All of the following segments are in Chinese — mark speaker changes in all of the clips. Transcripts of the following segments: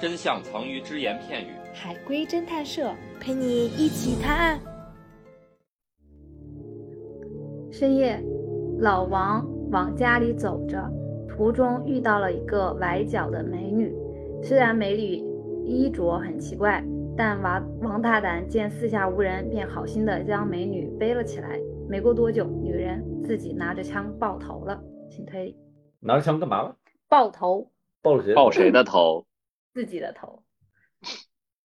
Speaker 1: 真相藏于只言片语。
Speaker 2: 海龟侦探社陪你一起探案。
Speaker 3: 深夜，老王往家里走着，途中遇到了一个崴脚的美女。虽然美女衣着很奇怪，但王王大胆见四下无人，便好心的将美女背了起来。没过多久，女人自己拿着枪爆头了。请推理，
Speaker 4: 拿着枪干嘛了？
Speaker 3: 爆头，
Speaker 4: 爆了谁？
Speaker 5: 爆谁的头？
Speaker 3: 自己的头，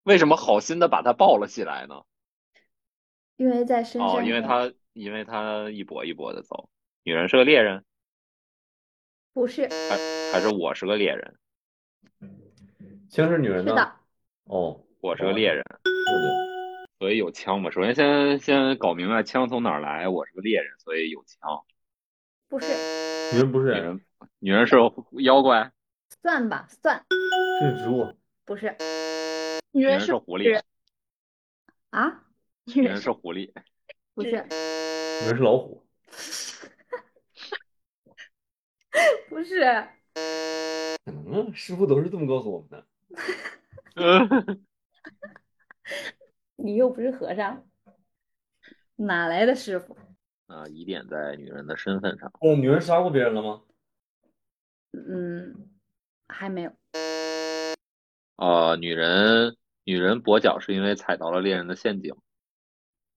Speaker 5: 为什么好心的把他抱了起来呢？
Speaker 3: 因为在深
Speaker 5: 哦，
Speaker 3: 山，
Speaker 5: 因为他因为他一波一波的走。女人是个猎人，
Speaker 3: 不是是
Speaker 5: 还是我是个猎人？
Speaker 4: 枪是女人
Speaker 3: 的，
Speaker 4: 哦，
Speaker 5: 我是个猎人，
Speaker 4: 对对，
Speaker 5: 所以有枪嘛。首先先先搞明白枪从哪儿来。我是个猎人，所以有枪。
Speaker 3: 不是，
Speaker 4: 女人不是
Speaker 5: 女
Speaker 4: 人，
Speaker 5: 人女人是妖怪，
Speaker 3: 算吧，算
Speaker 4: 是植物。
Speaker 3: 不是
Speaker 6: 女
Speaker 5: 女
Speaker 6: 人
Speaker 5: 人
Speaker 6: 是
Speaker 5: 是狐
Speaker 6: 女
Speaker 5: 狸
Speaker 6: 人，
Speaker 3: 啊，
Speaker 6: 女
Speaker 5: 女
Speaker 6: 人
Speaker 5: 人是狐 狸，
Speaker 3: 不
Speaker 6: 是
Speaker 3: 是，
Speaker 4: 女人是老虎，
Speaker 3: 不是，
Speaker 4: 可能啊，师傅都是这么告诉我们的。
Speaker 5: 嗯，
Speaker 3: 你又不是和尚，哪来的师傅？
Speaker 5: 啊，疑点在女人的身份上。
Speaker 4: 呃，女人杀过别人了吗？
Speaker 3: 嗯，还没有，
Speaker 5: 啊、女人女人跛脚是因为踩到了猎人的陷阱，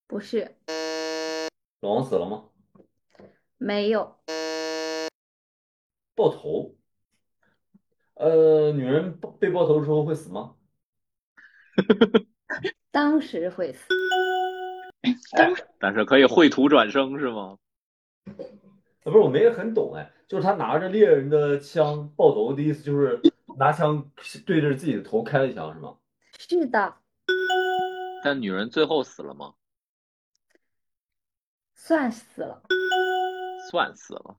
Speaker 3: 不是，
Speaker 4: 老王死了吗？
Speaker 3: 没有，
Speaker 4: 爆头。呃，女人爆被爆头之后会死吗？
Speaker 3: 当时会死，
Speaker 5: 但是可以绘图转生是吗？
Speaker 4: 啊，不是，我没很懂哎，就是他拿着猎人的枪爆头的意思，就是 拿枪对着自己的头开了一枪，是吗？
Speaker 3: 是的，
Speaker 5: 但女人最后死了吗？
Speaker 3: 算死了，
Speaker 5: 算死了。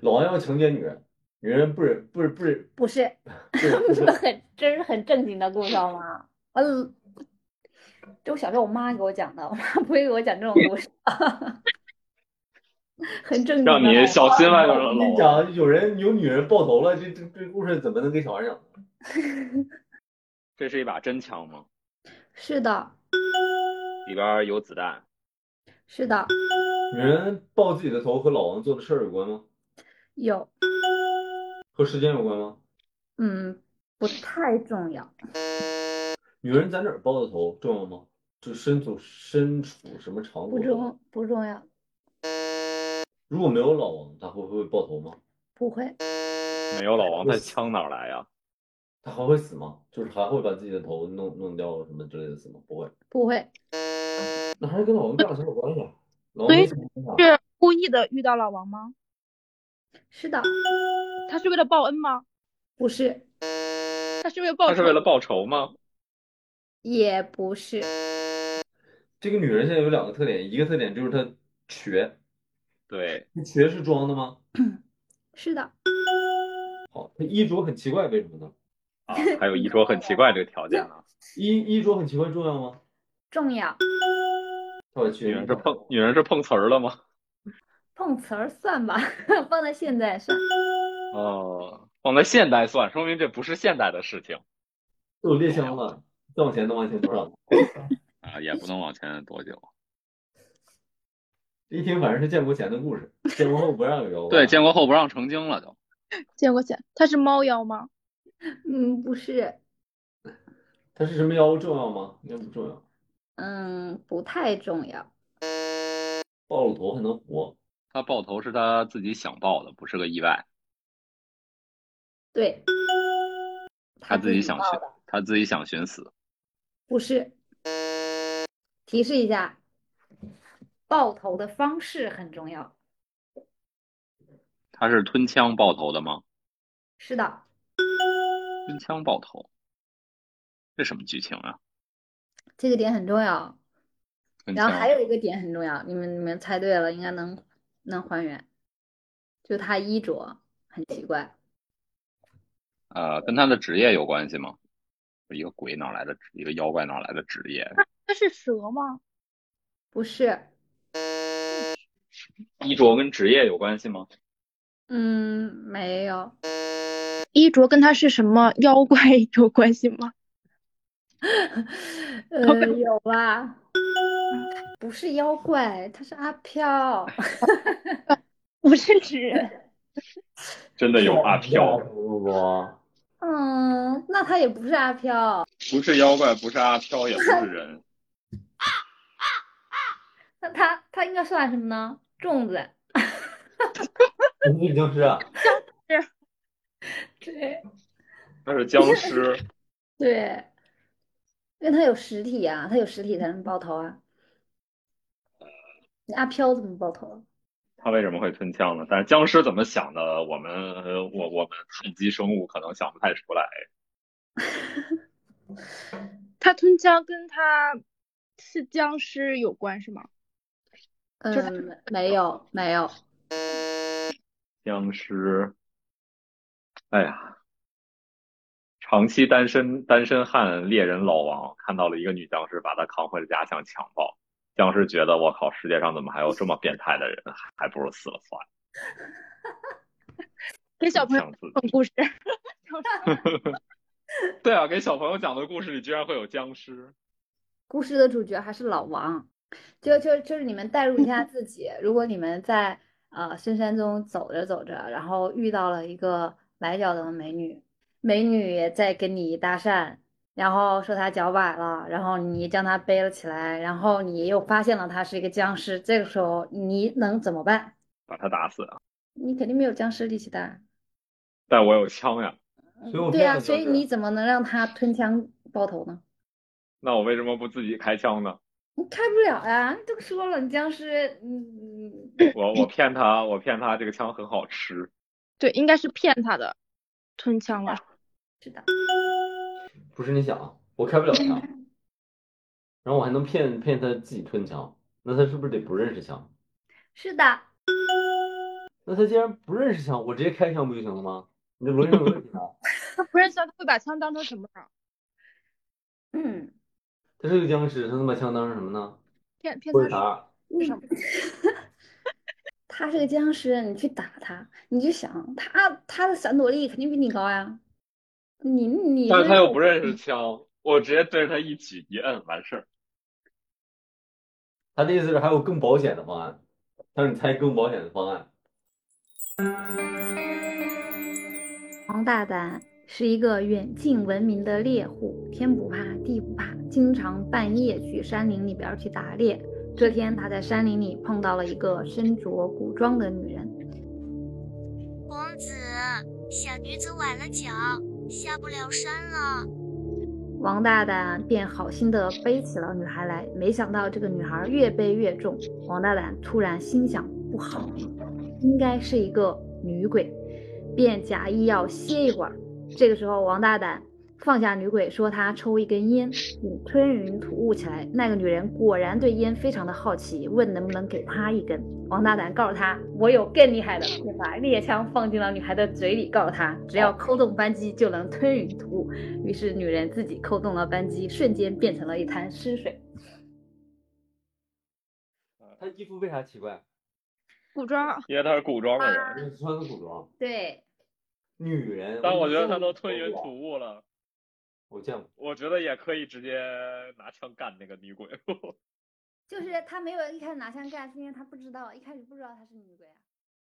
Speaker 4: 老王要强奸女人，女人不忍不是不是
Speaker 3: 不是，
Speaker 4: 不是不是
Speaker 3: 很 这是很正经的故事好吗？嗯，这我小时候我妈给我讲的，我妈不会给我讲这种故事， 很正经 的
Speaker 5: 让你小 心外边的
Speaker 4: 我跟哎你
Speaker 5: 老王。
Speaker 4: 讲，有人有女人爆头了，这这这故事怎么能给小孩讲？
Speaker 5: 这是一把真枪吗？
Speaker 3: 是的，
Speaker 5: 里边有子弹。
Speaker 3: 是的，
Speaker 4: 女人爆自己的头和老王做的事儿有关吗？
Speaker 3: 有，
Speaker 4: 和时间有关吗？
Speaker 3: 嗯，不太重要，
Speaker 4: 女人在哪儿爆的头重要吗？就身处身处什么场
Speaker 3: 不
Speaker 4: 所？
Speaker 5: 哦
Speaker 3: 重不重要，
Speaker 4: 如果没有老王，他会不会爆头吗？
Speaker 3: 不会，
Speaker 5: 没有老王，他枪哪儿来呀？
Speaker 4: 他还会死吗？就是还会把自己的头弄弄掉什么之类的死吗？不会，
Speaker 3: 不会，
Speaker 4: 那还是跟老王干了什么有关系啊？老王
Speaker 6: 所以
Speaker 4: 没啊什么想法
Speaker 6: 是故意的遇到老王吗？
Speaker 3: 是的，
Speaker 6: 他是为了报恩吗？
Speaker 3: 不是，
Speaker 6: 他是为了报
Speaker 5: 他
Speaker 6: 仇
Speaker 5: 是为了报仇吗？
Speaker 3: 也不是，
Speaker 4: 这个女人现在有两个特点，一个特点就是她瘸，
Speaker 5: 对，
Speaker 4: 她瘸是装的吗？
Speaker 3: 是的，
Speaker 4: 好，她衣着很奇怪，为什么呢？
Speaker 5: 啊，还有衣着很奇怪这个条件 呢。
Speaker 4: 衣衣着很奇怪重要吗？
Speaker 3: 重要，
Speaker 4: 她把
Speaker 5: 女
Speaker 4: 瘸
Speaker 5: 人是碰女人是碰瓷儿了吗？
Speaker 3: 碰瓷儿算吧， 放在现在算，
Speaker 5: 哦， 放在现代算，说明这不是现代的事情
Speaker 4: 都有猎枪了，再往前能往前多少？
Speaker 5: 啊，也不能往前多久。
Speaker 4: 一听反正是建国前的故事，建国后不让有妖怪。
Speaker 5: 对，建国后不让成精了都。
Speaker 6: 见过见，他是猫妖吗？
Speaker 3: 嗯，不是，
Speaker 4: 它是什么妖重要吗？应该不重要。
Speaker 3: 嗯，不太重要。
Speaker 4: 爆了头还能活，
Speaker 5: 他爆头是他自己想爆的，不是个意外。
Speaker 3: 对，
Speaker 5: 他自己想
Speaker 3: 报
Speaker 5: 寻
Speaker 3: 的，，
Speaker 5: 他自己想寻死。
Speaker 3: 不是。提示一下，爆头的方式很重要。
Speaker 5: 他是吞枪爆头的吗？
Speaker 3: 是的，
Speaker 5: 吞枪爆头，这什么剧情啊？
Speaker 3: 这个点很重要。
Speaker 5: 吞
Speaker 3: 然
Speaker 5: 枪
Speaker 3: 后还有一个点很重要，你们你们猜对了，应该能能还原。就他衣着很奇怪，
Speaker 5: 呃，跟他的职业有关系吗？一个鬼哪来的职，一个妖怪哪来的职业？
Speaker 6: 他是蛇吗？
Speaker 3: 不是，
Speaker 5: 衣着跟职业有关系吗？
Speaker 3: 嗯，没有，
Speaker 6: 衣着跟他是什么妖怪 有关系吗？
Speaker 3: 呃，有吧？不是妖怪，他是阿飘。
Speaker 6: 不是纸，
Speaker 5: 真的有啊阿
Speaker 4: 啊
Speaker 5: 飘，
Speaker 4: 不不不，
Speaker 3: 嗯，那他也不是阿飘，
Speaker 5: 不是妖怪，不是阿飘，也不是人，
Speaker 3: 那他他应该算什么呢？粽子。
Speaker 4: 你 已经是啊
Speaker 3: 对
Speaker 5: 他是僵尸。
Speaker 3: 对，因为他有实体啊，他有实体才能爆头啊。你阿飘怎么爆头啊？
Speaker 5: 他为什么会吞枪呢？但是僵尸怎么想的，我们呃我我们碳基生物可能想不太出来。
Speaker 6: 他吞枪跟他是僵尸有关是吗？就是他
Speaker 3: 嗯，没有没有，
Speaker 5: 僵尸，哎呀，长期单身单身汉猎人老王看到了一个女僵尸把他扛回了家，想强暴。僵尸觉得我靠，世界上怎么还有这么变态的人？还不如死了算了。
Speaker 6: 给小朋友
Speaker 5: 想自
Speaker 6: 讲故事， 嗯
Speaker 5: 对啊，给小朋友讲的故事里居然会有僵尸，
Speaker 3: 故事的主角还是老王。就就就是你们代入一 下自己，如果你们在呃深山中走着走着，然后遇到了一个崴脚的美女，美女也在跟你搭讪，然后说她脚崴了，然后你将她背了起来，然后你又发现了她是一个僵尸，这个时候你能怎么办？
Speaker 5: 把他打死。啊
Speaker 3: 你肯定没有僵尸力气大，嗯
Speaker 5: 但我有枪呀，
Speaker 4: 所以我
Speaker 3: 对
Speaker 4: 现
Speaker 3: 呀、
Speaker 4: 在
Speaker 3: 所以
Speaker 4: 就是
Speaker 3: 你怎么能让她吞枪爆头呢？
Speaker 5: 那我为什么不自己开枪呢？
Speaker 3: 你开不了呀，都说了，你僵尸，嗯，
Speaker 5: 我我骗他，我骗他，这个枪很好吃。
Speaker 6: 对，应该是骗他的，吞枪了。
Speaker 3: 知道。
Speaker 4: 不是你想啊，我开不了枪，然后我还能骗骗他自己吞枪，那他是不是得不认识枪？
Speaker 3: 是的，
Speaker 4: 那他既然不认识枪，我直接开枪不就行了吗？你这逻辑上有问题啊！
Speaker 6: 他不认识他，他会把枪当成什么啊？
Speaker 3: 嗯，
Speaker 4: 他是个僵尸，他能把枪当成什么呢？
Speaker 6: 骗骗
Speaker 4: 不是
Speaker 6: 他
Speaker 4: 答案。
Speaker 6: 是什么？
Speaker 3: 他是个僵尸，你去打他，你就想他他的闪躲力肯定比你高呀，你你
Speaker 5: 但是他
Speaker 3: 这
Speaker 5: 又不认识枪，我直接对着他一举一摁完事儿。
Speaker 4: 他的意思是还有更保险的方案，他说你猜更保险的方案，
Speaker 3: 王大胆是一个远近闻名的猎户，天不怕地不怕，经常半夜去山林里边儿去打猎。这天，他在山林里碰到了一个身着古装的女人，
Speaker 7: 公子，小女子崴了脚，下不了山了。
Speaker 3: 王大胆便好心地背起了女孩来，没想到这个女孩越背越重。王大胆突然心想不好，应该是一个女鬼，便假意要歇一会儿。这个时候，王大胆放下女鬼，说她抽一根烟，并吞云吐雾起来。那个女人果然对烟非常的好奇，问能不能给她一根。王大胆告诉她，我有更厉害的，便把猎枪放进了女孩的嘴里，告诉她只要扣动扳机就能吞云吐雾。于是女人自己扣动了扳机，瞬间变成了一滩湿水。
Speaker 6: 嗯
Speaker 4: 他衣服为啥奇怪？
Speaker 6: 古装
Speaker 5: 因为他是古装的人，
Speaker 4: 人穿的古装，
Speaker 3: 对，
Speaker 4: 女人。
Speaker 5: 但我觉得
Speaker 4: 他
Speaker 5: 他都吞云吐雾了，
Speaker 4: 我见过，
Speaker 5: 我觉得也可以直接拿枪干那个女鬼。
Speaker 3: 就是她没有一开始拿枪干，是因为她不知道，一开始不知道她是女鬼啊。